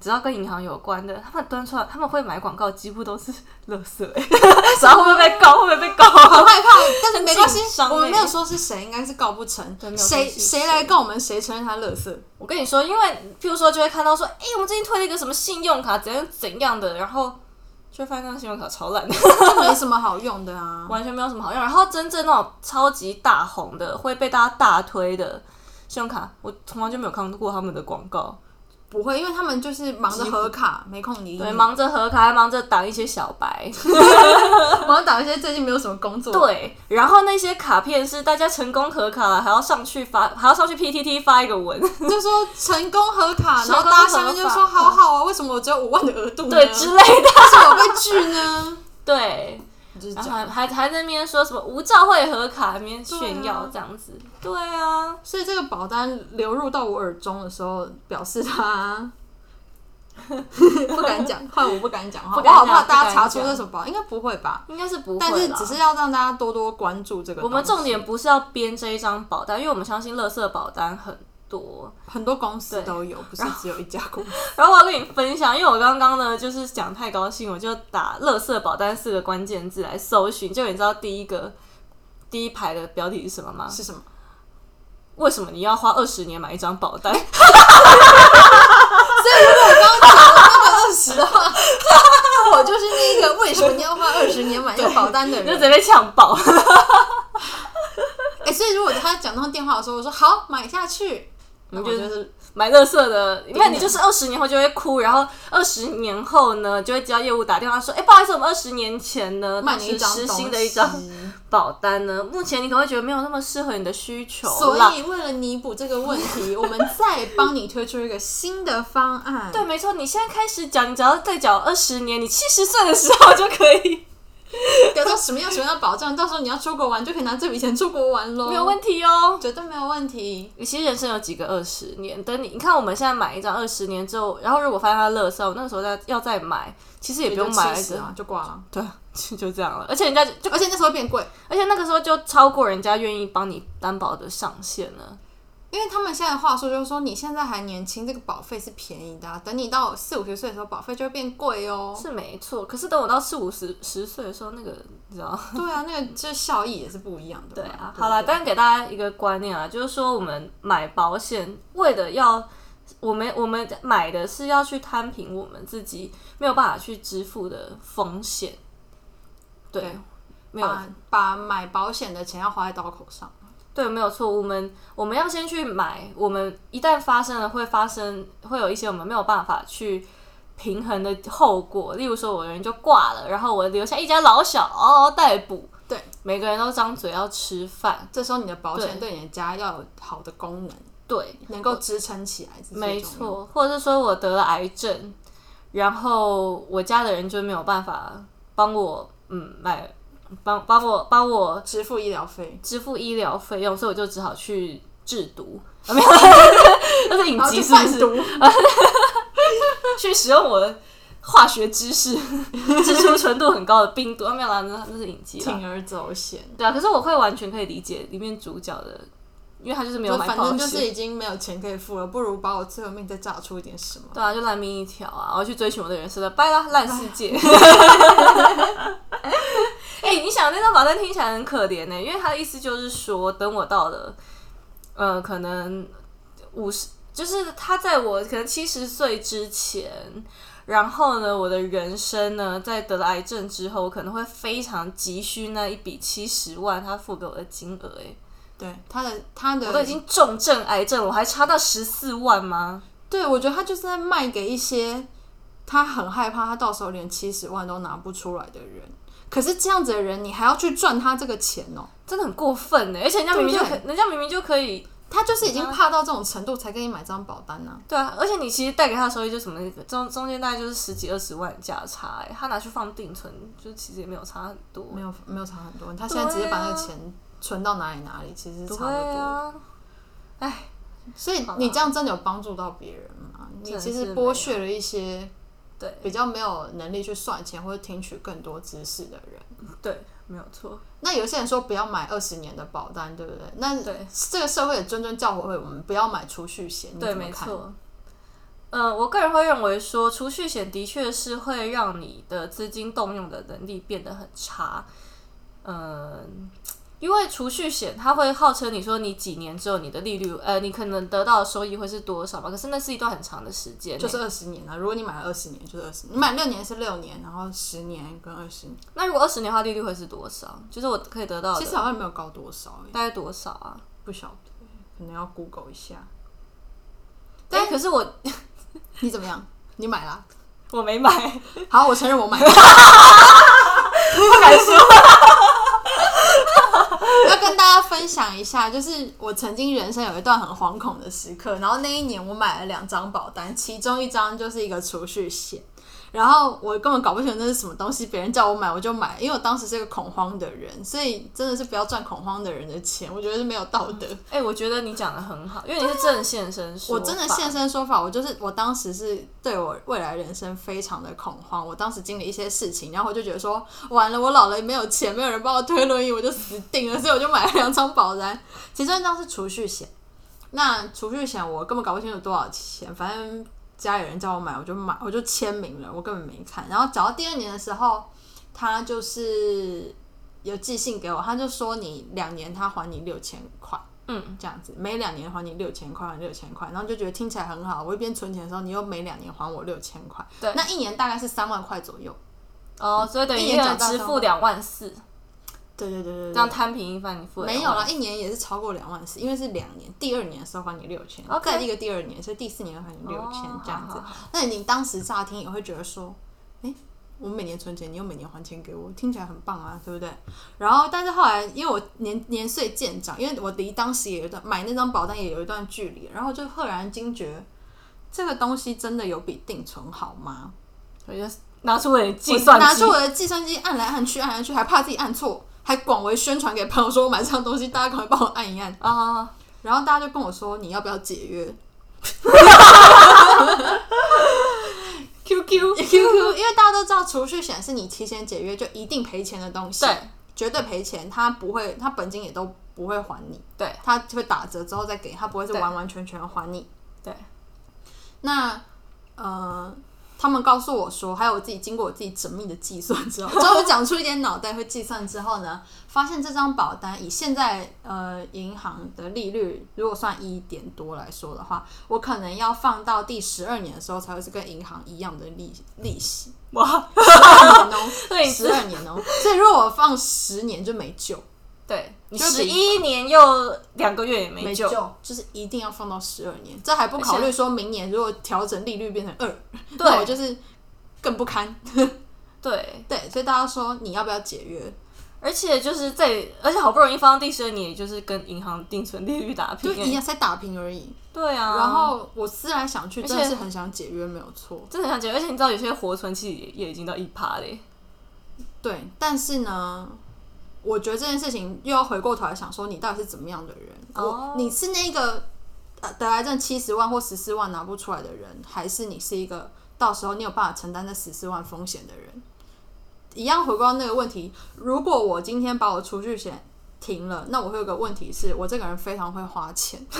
[SPEAKER 2] 只要跟银行有关的，他们端出来，他们会买广告，几乎都是垃圾、欸， [LAUGHS] 然后会不会被告？会不会被告？
[SPEAKER 1] 好害怕，但是没关系
[SPEAKER 2] 很紧，张欸
[SPEAKER 1] 我们没有说是谁，应该是告不成
[SPEAKER 2] 对没。有
[SPEAKER 1] 谁
[SPEAKER 2] 说是
[SPEAKER 1] 谁来告我们，谁承认他垃圾？
[SPEAKER 2] 我跟你说，因为譬如说就会看到说，哎、我们最近推了一个什么信用卡怎样怎样的，然后就会发现那个信用卡超烂的，
[SPEAKER 1] 这没什么好用的啊。
[SPEAKER 2] 完全没有什么好用。然后真正那种超级大红的，会被大家大推的信用卡，我从来就没有看过他们的广告。
[SPEAKER 1] [LAUGHS] 嗯不会，因为他们就是忙着核卡，没空理你。
[SPEAKER 2] 对，忙着核卡，还忙着挡一些小白。
[SPEAKER 1] 忙着打一些最近没有什么工作。，
[SPEAKER 2] 对，然后那些卡片是大家成功核卡了，还要上去发，还要上去 PTT 发一个文，
[SPEAKER 1] [LAUGHS] 就说成功核卡，然后
[SPEAKER 2] 成功
[SPEAKER 1] 大家下面
[SPEAKER 2] 核
[SPEAKER 1] 就
[SPEAKER 2] 卡
[SPEAKER 1] 说好好啊，为什么我只有五万的额度呢？ [LAUGHS]
[SPEAKER 2] 对之类的。
[SPEAKER 1] 为什么我被拒 [LAUGHS] 呢？
[SPEAKER 2] 对，
[SPEAKER 1] 就是这
[SPEAKER 2] 然后
[SPEAKER 1] 样。
[SPEAKER 2] 还还还在那边说什么无照会合卡，那边炫
[SPEAKER 1] 对
[SPEAKER 2] 耀
[SPEAKER 1] 啊
[SPEAKER 2] 这样子。对啊，
[SPEAKER 1] 所以这个保单流入到我耳中的时候，表示 [LAUGHS] 他不敢讲，换我不敢讲话，
[SPEAKER 2] 不敢
[SPEAKER 1] 我好
[SPEAKER 2] 讲
[SPEAKER 1] 怕大
[SPEAKER 2] 不
[SPEAKER 1] 家
[SPEAKER 2] 敢
[SPEAKER 1] 查出
[SPEAKER 2] 讲
[SPEAKER 1] 这什么保，应该不会吧？
[SPEAKER 2] 应该是不会啦
[SPEAKER 1] 但是只是要让大家多多关注这个东
[SPEAKER 2] 我
[SPEAKER 1] 西。
[SPEAKER 2] 们重点不是要编这一张保单，因为我们相信乐色保单很多。 [LAUGHS]
[SPEAKER 1] 很多公司都有，不是只有一家公司。
[SPEAKER 2] 然后我要跟你分享，因为我刚刚呢就是讲太高兴，我就打“乐色保单”四个关键字来搜寻，就你知道第一个第一排的标题是什么
[SPEAKER 1] [LAUGHS]
[SPEAKER 2] 吗？
[SPEAKER 1] 是什么？
[SPEAKER 2] 为什么你要花二十年买一张保单？ [LAUGHS]
[SPEAKER 1] 二十的 [LAUGHS] 话，我就是那个为什么你要花二十年 [LAUGHS] 买那个保单的
[SPEAKER 2] 你就直
[SPEAKER 1] 人。
[SPEAKER 2] 接被呛爆。
[SPEAKER 1] [LAUGHS] 哎、所以如果他讲到电话的时候，我说好买下去，那我
[SPEAKER 2] 就
[SPEAKER 1] 就是
[SPEAKER 2] 买乐色的，那你就是二十年后就会哭，然后二十年后呢，就会接到业务打电话说，哎、不好意思，我们二十年前呢，
[SPEAKER 1] 卖
[SPEAKER 2] 当
[SPEAKER 1] 你一
[SPEAKER 2] 时
[SPEAKER 1] 张东
[SPEAKER 2] 实
[SPEAKER 1] 西
[SPEAKER 2] 行的
[SPEAKER 1] [LAUGHS]
[SPEAKER 2] 一张保单呢，目前你可能会觉得没有那么适合你的需求
[SPEAKER 1] 所
[SPEAKER 2] 啦。
[SPEAKER 1] 以为了弥补这个问题，我们再帮你推出一个新的方案。
[SPEAKER 2] [LAUGHS] 对，没错，你现在开始缴，你只要再缴二十年，你七十岁的时候就可以，
[SPEAKER 1] 得到什么样什么样的保障，到时候你要出国玩就可以拿这笔钱出国玩喽，
[SPEAKER 2] [LAUGHS] 没有问题哦。
[SPEAKER 1] 绝对没有问题。
[SPEAKER 2] 其实人生有几个二十年，等你你看我们现在买一张二十年之后，然后如果发现它垃圾，我那个时候再要再买，其实也不用买了
[SPEAKER 1] 也就70啊，就挂了，
[SPEAKER 2] 对， [LAUGHS] 就就这样了。而且人家就
[SPEAKER 1] 而且那时候变贵，
[SPEAKER 2] 而且那个时候就超过人家愿意帮你担保的上限了。
[SPEAKER 1] 因为他们现在的话术就是说，你现在还年轻，这个保费是便宜的啊、等你到四五十岁的时候，保费就会变贵哦。
[SPEAKER 2] 是没错，可是等我到四五十十岁的时候，那个你知道？
[SPEAKER 1] 对啊，那个这效益也是不一样的
[SPEAKER 2] 对
[SPEAKER 1] 嘛。
[SPEAKER 2] 啊，
[SPEAKER 1] 不
[SPEAKER 2] 好啦，，但给大家一个观念啊，就是说我们买保险为了要。我们我们买的是要去摊平我们自己没有办法去支付的风险，对，
[SPEAKER 1] 对
[SPEAKER 2] 没有
[SPEAKER 1] 把把买保险的钱要花在刀口上。
[SPEAKER 2] 对，没有错。我们我们要先去买，我们一旦发生了，会发生会有一些我们没有办法去平衡的后果。例如说，我人就挂了，然后我留下一家老小嗷嗷待哺。
[SPEAKER 1] 对，
[SPEAKER 2] 每个人都张嘴要吃饭。
[SPEAKER 1] 这时候你的保险对你的家要有好的功能，
[SPEAKER 2] 对，
[SPEAKER 1] 能够支撑起来。这是
[SPEAKER 2] 没
[SPEAKER 1] 最重要的，
[SPEAKER 2] 错。或者是说我得了癌症，然后我家的人就没有办法帮我，嗯，买帮帮我帮我
[SPEAKER 1] 支付医疗费，
[SPEAKER 2] 支付医疗费用，所以我就只好去制毒，啊、没有，那是隐
[SPEAKER 1] 然后
[SPEAKER 2] 疾
[SPEAKER 1] 去
[SPEAKER 2] 是不
[SPEAKER 1] 贩
[SPEAKER 2] 是？
[SPEAKER 1] 毒，
[SPEAKER 2] 去使用我的化学知识，制出纯度很高的病毒，啊、没有啦，那那是隐疾啦。
[SPEAKER 1] 铤而走险。
[SPEAKER 2] 对啊，可是我会完全可以理解里面主角的，因为他就是没有
[SPEAKER 1] 就
[SPEAKER 2] 买
[SPEAKER 1] 反
[SPEAKER 2] 保
[SPEAKER 1] 正
[SPEAKER 2] 险，
[SPEAKER 1] 就是已经没有钱可以付了，不如把我最后命再榨出一点什么。
[SPEAKER 2] 对啊，就烂命一条啊！我去追寻我的人生了，拜啦，烂世界。哎、你想那张保单听起来很可怜呢、因为他的意思就是说，等我到了，呃，可能五十，就是他在我可能七十岁之前，然后呢，我的人生呢，在得了癌症之后，我可能会非常急需那一笔七十万他付给我的金额、欸。
[SPEAKER 1] 对，他的他的
[SPEAKER 2] 我都已经重症癌症，我还差到十四万吗？
[SPEAKER 1] 对，我觉得他就是在卖给一些他很害怕他到时候连七十万都拿不出来的人。可是这样子的人，你还要去赚他这个钱哦、
[SPEAKER 2] 真的很过分呢、欸而且人家明明就可，
[SPEAKER 1] 对
[SPEAKER 2] 人家明明就可以，
[SPEAKER 1] 他就是已经
[SPEAKER 2] 啊
[SPEAKER 1] 怕到这种程度才给你买张保单呐、
[SPEAKER 2] 对啊，而且你其实带给他的收益就什么，中中间大概就是十几二十万的价差、欸，他拿去放定存，就其实也没有差很多。
[SPEAKER 1] 没有没有差很多，他现在直接把那个钱存到哪里哪里，其实差不
[SPEAKER 2] 对
[SPEAKER 1] 多。
[SPEAKER 2] 啊，哎，
[SPEAKER 1] 所以你这样真的有帮助到别人吗？你
[SPEAKER 2] 真
[SPEAKER 1] 其
[SPEAKER 2] 是
[SPEAKER 1] 实
[SPEAKER 2] 没有
[SPEAKER 1] 剥削了一些
[SPEAKER 2] 对
[SPEAKER 1] 比较没有能力去算钱或者听取更多知识的人。
[SPEAKER 2] 对，没有错。
[SPEAKER 1] 那有些人说不要买二十年的保单，对不对？那
[SPEAKER 2] 对
[SPEAKER 1] 这个社会的谆谆教诲，我们不要买储蓄险。你
[SPEAKER 2] 对，
[SPEAKER 1] 怎么
[SPEAKER 2] 没
[SPEAKER 1] 看，
[SPEAKER 2] 错。呃，我个人会认为说，储蓄险的确是会让你的资金动用的能力变得很差。嗯、因为储蓄险它会号称你说你几年之后你的利率，呃，你可能得到的收益会是多少嘛？可是那是一段很长的时间欸，
[SPEAKER 1] 就是二十年啊。如果你买了二十年，就是二十年；你买六年是六年，然后十年跟二十年，
[SPEAKER 2] 那如果二十年的话，利率会是多少？就是我可以得到的
[SPEAKER 1] 其实好像没有高多少、欸，
[SPEAKER 2] 大概多少啊？
[SPEAKER 1] 不晓得，可能要 Google 一下。
[SPEAKER 2] 但可是我
[SPEAKER 1] 你怎么样？你买啦、
[SPEAKER 2] 我没买，
[SPEAKER 1] 好，我承认我买了。
[SPEAKER 2] 不敢说。
[SPEAKER 1] [LAUGHS] 要跟大家分享一下，就是我曾经人生有一段很惶恐的时刻，然后那一年我买了两张保单，其中一张就是一个储蓄险，然后我根本搞不清楚那是什么东西，别人叫我买我就买，因为我当时是个恐慌的人，所以真的是不要赚恐慌的人的钱，我觉得是没有道德。
[SPEAKER 2] 哎、我觉得你讲的很好，因为你是正现身说
[SPEAKER 1] 啊我
[SPEAKER 2] 法，
[SPEAKER 1] 真的现身说法，我就是我当时是对我未来人生非常的恐慌，我当时经历一些事情，然后我就觉得说，完了，我老了也没有钱，没有人帮我推轮椅，我就死定了，所以我就买了两张保单，其中一张是储蓄险，那储蓄险我根本搞不清楚多少钱，反正家里人叫我买，我就买，我就签名了，我根本没看，然后找到第二年的时候，他就是有寄信给我，他就说你两年他还你六千块。
[SPEAKER 2] 嗯，
[SPEAKER 1] 这样子，每两年还你六千块，还六千块，然后就觉得听起来很好。我一边存钱的时候，你又每两年还我六千块，
[SPEAKER 2] 对
[SPEAKER 1] 那一年大概是三万块左右。
[SPEAKER 2] 哦，所以等于
[SPEAKER 1] 一
[SPEAKER 2] 一
[SPEAKER 1] 年
[SPEAKER 2] 个人
[SPEAKER 1] 长大
[SPEAKER 2] 只
[SPEAKER 1] 之
[SPEAKER 2] 付
[SPEAKER 1] 后
[SPEAKER 2] 两万四，
[SPEAKER 1] 对对对对
[SPEAKER 2] 这
[SPEAKER 1] 对
[SPEAKER 2] 样，摊平一番，你付了
[SPEAKER 1] 没有
[SPEAKER 2] 2万
[SPEAKER 1] 啦，一年也是超过两万四，因为是两年，第二年的时候还你六千
[SPEAKER 2] OK
[SPEAKER 1] 再一个第二年，所以第四年还你六千、
[SPEAKER 2] 哦
[SPEAKER 1] 这样子
[SPEAKER 2] 好好好。
[SPEAKER 1] 那你当时乍听也会觉得说，哎、我每年存钱，你又每年还钱给我，听起来很棒啊，对不对？然后，但是后来因为我年年岁渐长，因为我离当时也有一段买那张保单也有一段距离，然后就赫然惊觉，这个东西真的有比定存好吗？
[SPEAKER 2] 我就拿出我的计算
[SPEAKER 1] 我拿
[SPEAKER 2] 机
[SPEAKER 1] 出，我的计算机按来按去，按来去，还怕自己按错，还广为宣传给朋友说我买这样东西，大家赶快帮我按一按。
[SPEAKER 2] 啊，
[SPEAKER 1] 然后大家就跟我说你要不要解
[SPEAKER 2] [LAUGHS]
[SPEAKER 1] 约
[SPEAKER 2] QQ
[SPEAKER 1] ？QQ，因为大家都知道储蓄险是你提前解约就一定赔钱的东西，
[SPEAKER 2] 对，
[SPEAKER 1] 绝对赔钱，它不会，它本金也都不会还你，
[SPEAKER 2] 对，
[SPEAKER 1] 它会打折之后再给，它不会是
[SPEAKER 2] 对
[SPEAKER 1] 完完全全还你。
[SPEAKER 2] 对，
[SPEAKER 1] 那呃，他们告诉我说，还有我自己经过我自己缜密的计算之
[SPEAKER 2] [LAUGHS]
[SPEAKER 1] 后，终于长出一点脑袋会计算之后呢，发现这张保单以现在呃银行的利率，如果算一点多来说的话，我可能要放到第十二年的时候才会是跟银行一样的利利息，
[SPEAKER 2] [LAUGHS] 哇，
[SPEAKER 1] 12年哦，
[SPEAKER 2] [LAUGHS] 对你
[SPEAKER 1] 十二年哦，所以如果我放十年就没救，
[SPEAKER 2] 对，你
[SPEAKER 1] 就是
[SPEAKER 2] 十
[SPEAKER 1] 比
[SPEAKER 2] 一年又两个月也没救，
[SPEAKER 1] 就是一定要放到十二年，这还不考虑说明年如果调整利率变成二， [LAUGHS] 那我
[SPEAKER 2] 对
[SPEAKER 1] 就是更不堪。
[SPEAKER 2] 对，
[SPEAKER 1] 对，所以大家说你要不要解约？
[SPEAKER 2] 而且就是在，而且好不容易放到第十二年，也就是跟银行定存利率打
[SPEAKER 1] 就
[SPEAKER 2] 平
[SPEAKER 1] 一
[SPEAKER 2] 欸，
[SPEAKER 1] 样才打平而已。
[SPEAKER 2] 对啊，
[SPEAKER 1] 然后我思来想去，
[SPEAKER 2] 而
[SPEAKER 1] 真的
[SPEAKER 2] 且
[SPEAKER 1] 是很想解约，没有错。
[SPEAKER 2] 真的很想解，而且你知道有些活存期也也已经到一趴嘞，
[SPEAKER 1] 对，但是呢，我觉得这件事情又要回过头来想说，你到底是怎么样的人？
[SPEAKER 2] 哦
[SPEAKER 1] 我你是那个呃得癌症七十万或十四万拿不出来的人，还是你是一个到时候你有办法承担这十四万风险的人？一样回到那个问题，如果我今天把我储蓄险停了，那我会有个问题是我这个人非常会花钱， [LAUGHS]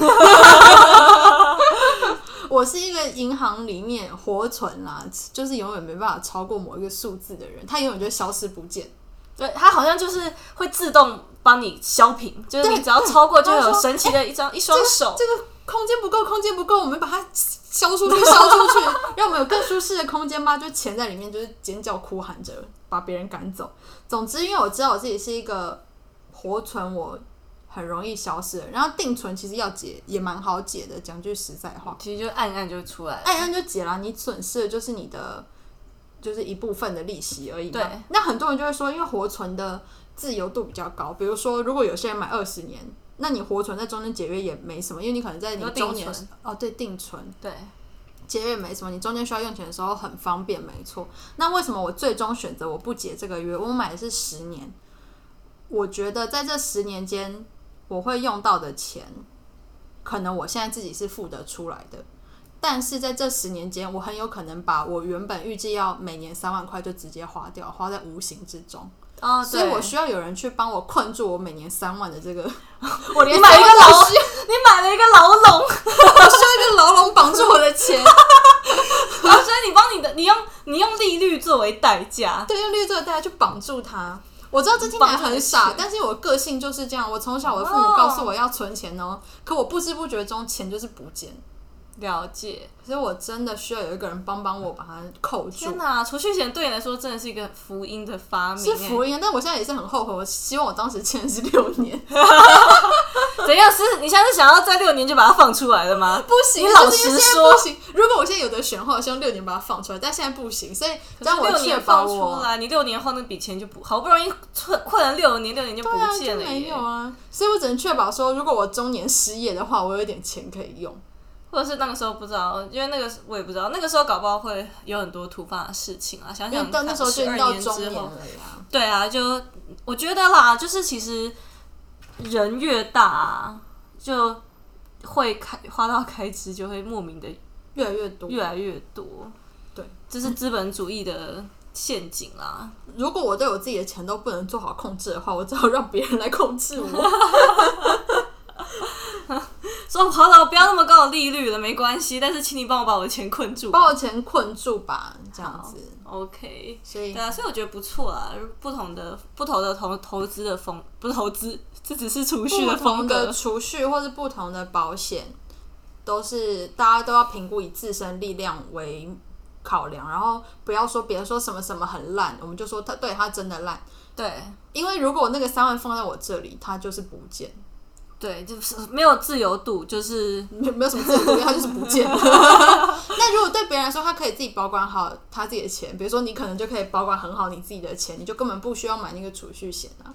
[SPEAKER 1] 我是一个银行里面活存啦，就是永远没办法超过某一个数字的人，他永远就消失不见。
[SPEAKER 2] 对，它好像就是会自动帮你削平，就是你只要超过就有神奇的一张一双手，
[SPEAKER 1] 这个空间不够，空间不够，我们把它消出去，消出去，让我们有更舒适的空间吧。就潜在里面，就是尖叫哭喊着把别人赶走。总之，因为我知道我自己是一个活存，我很容易消失的人。然后定存其实要解也蛮好解的，讲句实在话，
[SPEAKER 2] 其实就按一按就出来了。
[SPEAKER 1] 按按就解啦。你损失的就是你的，就是一部分的利息而已嘛。
[SPEAKER 2] 对
[SPEAKER 1] 那很多人就会说，因为活存的自由度比较高，比如说，如果有些人买二十年，那你活存在中间解约也没什么，因为你可能在
[SPEAKER 2] 有
[SPEAKER 1] 你
[SPEAKER 2] 定
[SPEAKER 1] 中年
[SPEAKER 2] 存
[SPEAKER 1] 哦，对，定存
[SPEAKER 2] 对，
[SPEAKER 1] 解约也没什么，你中间需要用钱的时候很方便，没错。那为什么我最终选择我不解这个约？我买的是十年。我觉得在这十年间我会用到的钱，可能我现在自己是付得出来的，但是在这十年间，我很有可能把我原本预计要每年三万块就直接花掉，花在无形之中。
[SPEAKER 2] 哦，
[SPEAKER 1] 所以
[SPEAKER 2] 对
[SPEAKER 1] 我需要有人去帮我困住我每年三万的这
[SPEAKER 2] [LAUGHS]
[SPEAKER 1] 个，
[SPEAKER 2] 我
[SPEAKER 1] 连
[SPEAKER 2] 你买了一个
[SPEAKER 1] 三
[SPEAKER 2] 牢
[SPEAKER 1] 万都，
[SPEAKER 2] 你买了一个牢笼，
[SPEAKER 1] 我需要一个牢笼绑住我的 [LAUGHS] 钱。
[SPEAKER 2] 然后所以你帮你的，你用你用利率作为代价，
[SPEAKER 1] 对，用绿色带去绑住他。我知道这听起来很
[SPEAKER 2] 绑
[SPEAKER 1] 傻
[SPEAKER 2] 住，
[SPEAKER 1] 但是我个性就是这样。我从小我的父母
[SPEAKER 2] 哦
[SPEAKER 1] 告诉我要存钱哦，可我不知不觉中钱就是不见，
[SPEAKER 2] 了解。
[SPEAKER 1] 所以我真的需要有一个人帮帮我把它扣住
[SPEAKER 2] 天。哪，储蓄险对你来说真的是一个福音的发明、
[SPEAKER 1] 是福音，啊但我现在也是很后悔。我希望我当时签的是六年，
[SPEAKER 2] 哎怎样？是你现在是想要在六年就把它放出来
[SPEAKER 1] [LAUGHS]
[SPEAKER 2] 了吗？
[SPEAKER 1] [LAUGHS] 不行，
[SPEAKER 2] 你老
[SPEAKER 1] 就是因为
[SPEAKER 2] 实
[SPEAKER 1] 现在
[SPEAKER 2] 说
[SPEAKER 1] 不行。如果我现在有的选的话，我希望六年把它放出来，但现在不行，所以让我哦
[SPEAKER 2] 六
[SPEAKER 1] 确
[SPEAKER 2] 年
[SPEAKER 1] 保
[SPEAKER 2] 放出
[SPEAKER 1] 我
[SPEAKER 2] 来，你六年后那笔钱就不好不容易困困了六年，六年就不
[SPEAKER 1] 对啊，
[SPEAKER 2] 见
[SPEAKER 1] 就
[SPEAKER 2] 了
[SPEAKER 1] 没
[SPEAKER 2] 耶
[SPEAKER 1] 有。啊，所以我只能确保说，如果我中年失业的话，我有一点钱可以用。
[SPEAKER 2] 或者是那个时候不知道，因为那个时我也不知道，那个时候搞不好会有很多突发的事情啊。想
[SPEAKER 1] 因
[SPEAKER 2] 想
[SPEAKER 1] 为到那时候就已经
[SPEAKER 2] 12
[SPEAKER 1] 到
[SPEAKER 2] 年
[SPEAKER 1] 中
[SPEAKER 2] 之
[SPEAKER 1] 年
[SPEAKER 2] 后，
[SPEAKER 1] 了呀。
[SPEAKER 2] 对啊，就我觉得啦，就是其实人越大、啊、就会开花到开支就会莫名的
[SPEAKER 1] 越来越多。
[SPEAKER 2] 越来越多，
[SPEAKER 1] 对，
[SPEAKER 2] 这是资本主义的陷阱啦。
[SPEAKER 1] 如果我对我自己的钱都不能做好控制的话，我只好让别人来控制
[SPEAKER 2] [LAUGHS]
[SPEAKER 1] 我。
[SPEAKER 2] 说跑到不要那么高的利率了，没关系，但是请你帮我把我的钱困住吧。
[SPEAKER 1] 把我钱困住吧，这样子。
[SPEAKER 2] OK，
[SPEAKER 1] 所以
[SPEAKER 2] 对啊，所以我觉得不错啊，不同的不同的投投资的风不是投资，这只是储蓄
[SPEAKER 1] 不
[SPEAKER 2] 风
[SPEAKER 1] 同
[SPEAKER 2] 格
[SPEAKER 1] 的。储蓄或是不同的保险，都是大家都要评估以自身力量为考量，然后不要说别人说什么什么很烂，我们就说他对他真的烂。
[SPEAKER 2] 对
[SPEAKER 1] 因为如果那个三万放在我这里，它就是不见，
[SPEAKER 2] 对，就是没有自由度，就是
[SPEAKER 1] 没没有什么自由度，因为它就是不见了。 [LAUGHS] 那如果对别人来说，他可以自己保管好他自己的钱，比如说你可能就可以保管很好你自己的钱，你就根本不需要买那个储蓄险啊。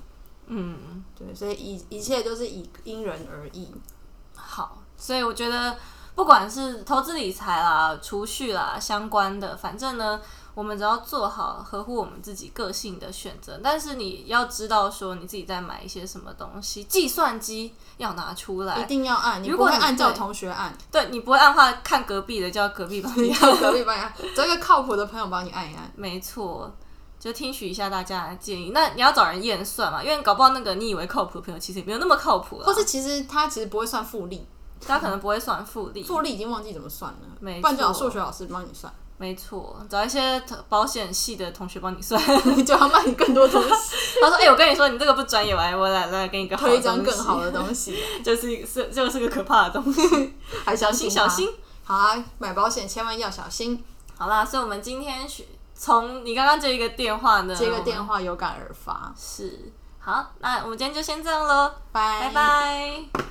[SPEAKER 2] 嗯
[SPEAKER 1] 对，所以一一切都是以因人而异。
[SPEAKER 2] 好，所以我觉得不管是投资理财啦、储蓄啦相关的，反正呢，我们只要做好合乎我们自己个性的选择。但是你要知道说你自己在买一些什么东西，计算机要拿出
[SPEAKER 1] 一
[SPEAKER 2] 来，
[SPEAKER 1] 定要按，你
[SPEAKER 2] 如
[SPEAKER 1] 不
[SPEAKER 2] 果
[SPEAKER 1] 会
[SPEAKER 2] 你
[SPEAKER 1] 按照
[SPEAKER 2] 对
[SPEAKER 1] 同学按，
[SPEAKER 2] 对你不会按话看隔壁的叫隔壁帮
[SPEAKER 1] 你
[SPEAKER 2] 你
[SPEAKER 1] [LAUGHS] 要隔壁帮你按，找一个靠谱的朋友帮你按一按。
[SPEAKER 2] 没错，就听取一下大家的建议。那你要找人验算嘛，因为搞不好那个你以为靠谱的朋友，其实也没有那么靠谱
[SPEAKER 1] 或
[SPEAKER 2] 了。
[SPEAKER 1] 是其实他其实不会算复利，
[SPEAKER 2] 他可能不会算复利。
[SPEAKER 1] 复利已经忘记怎么算了，
[SPEAKER 2] 没
[SPEAKER 1] 不然就找
[SPEAKER 2] 错
[SPEAKER 1] 数学老师帮你算，
[SPEAKER 2] 没错，找一些保险系的同学帮你算。
[SPEAKER 1] 你就要卖你更多东
[SPEAKER 2] [LAUGHS]
[SPEAKER 1] 西，
[SPEAKER 2] 他说：“哎、我跟你说，你这个不专业，我来我来来给你个好
[SPEAKER 1] 推一张
[SPEAKER 2] 东
[SPEAKER 1] 更
[SPEAKER 2] 西
[SPEAKER 1] 好的东
[SPEAKER 2] [LAUGHS]
[SPEAKER 1] 西，
[SPEAKER 2] 就是是就是个可怕的
[SPEAKER 1] [LAUGHS]
[SPEAKER 2] 东西，
[SPEAKER 1] 还
[SPEAKER 2] 小
[SPEAKER 1] 相信
[SPEAKER 2] 心小
[SPEAKER 1] 它
[SPEAKER 2] 心。。
[SPEAKER 1] 好啊，买保险千万要小心，
[SPEAKER 2] 好啦，所以我们今天学从你刚刚接一个电话呢，
[SPEAKER 1] 接个
[SPEAKER 2] 我
[SPEAKER 1] 电
[SPEAKER 2] 们
[SPEAKER 1] 话有感而发，
[SPEAKER 2] 是好，那我们今天就先这样喽，
[SPEAKER 1] 拜
[SPEAKER 2] 拜拜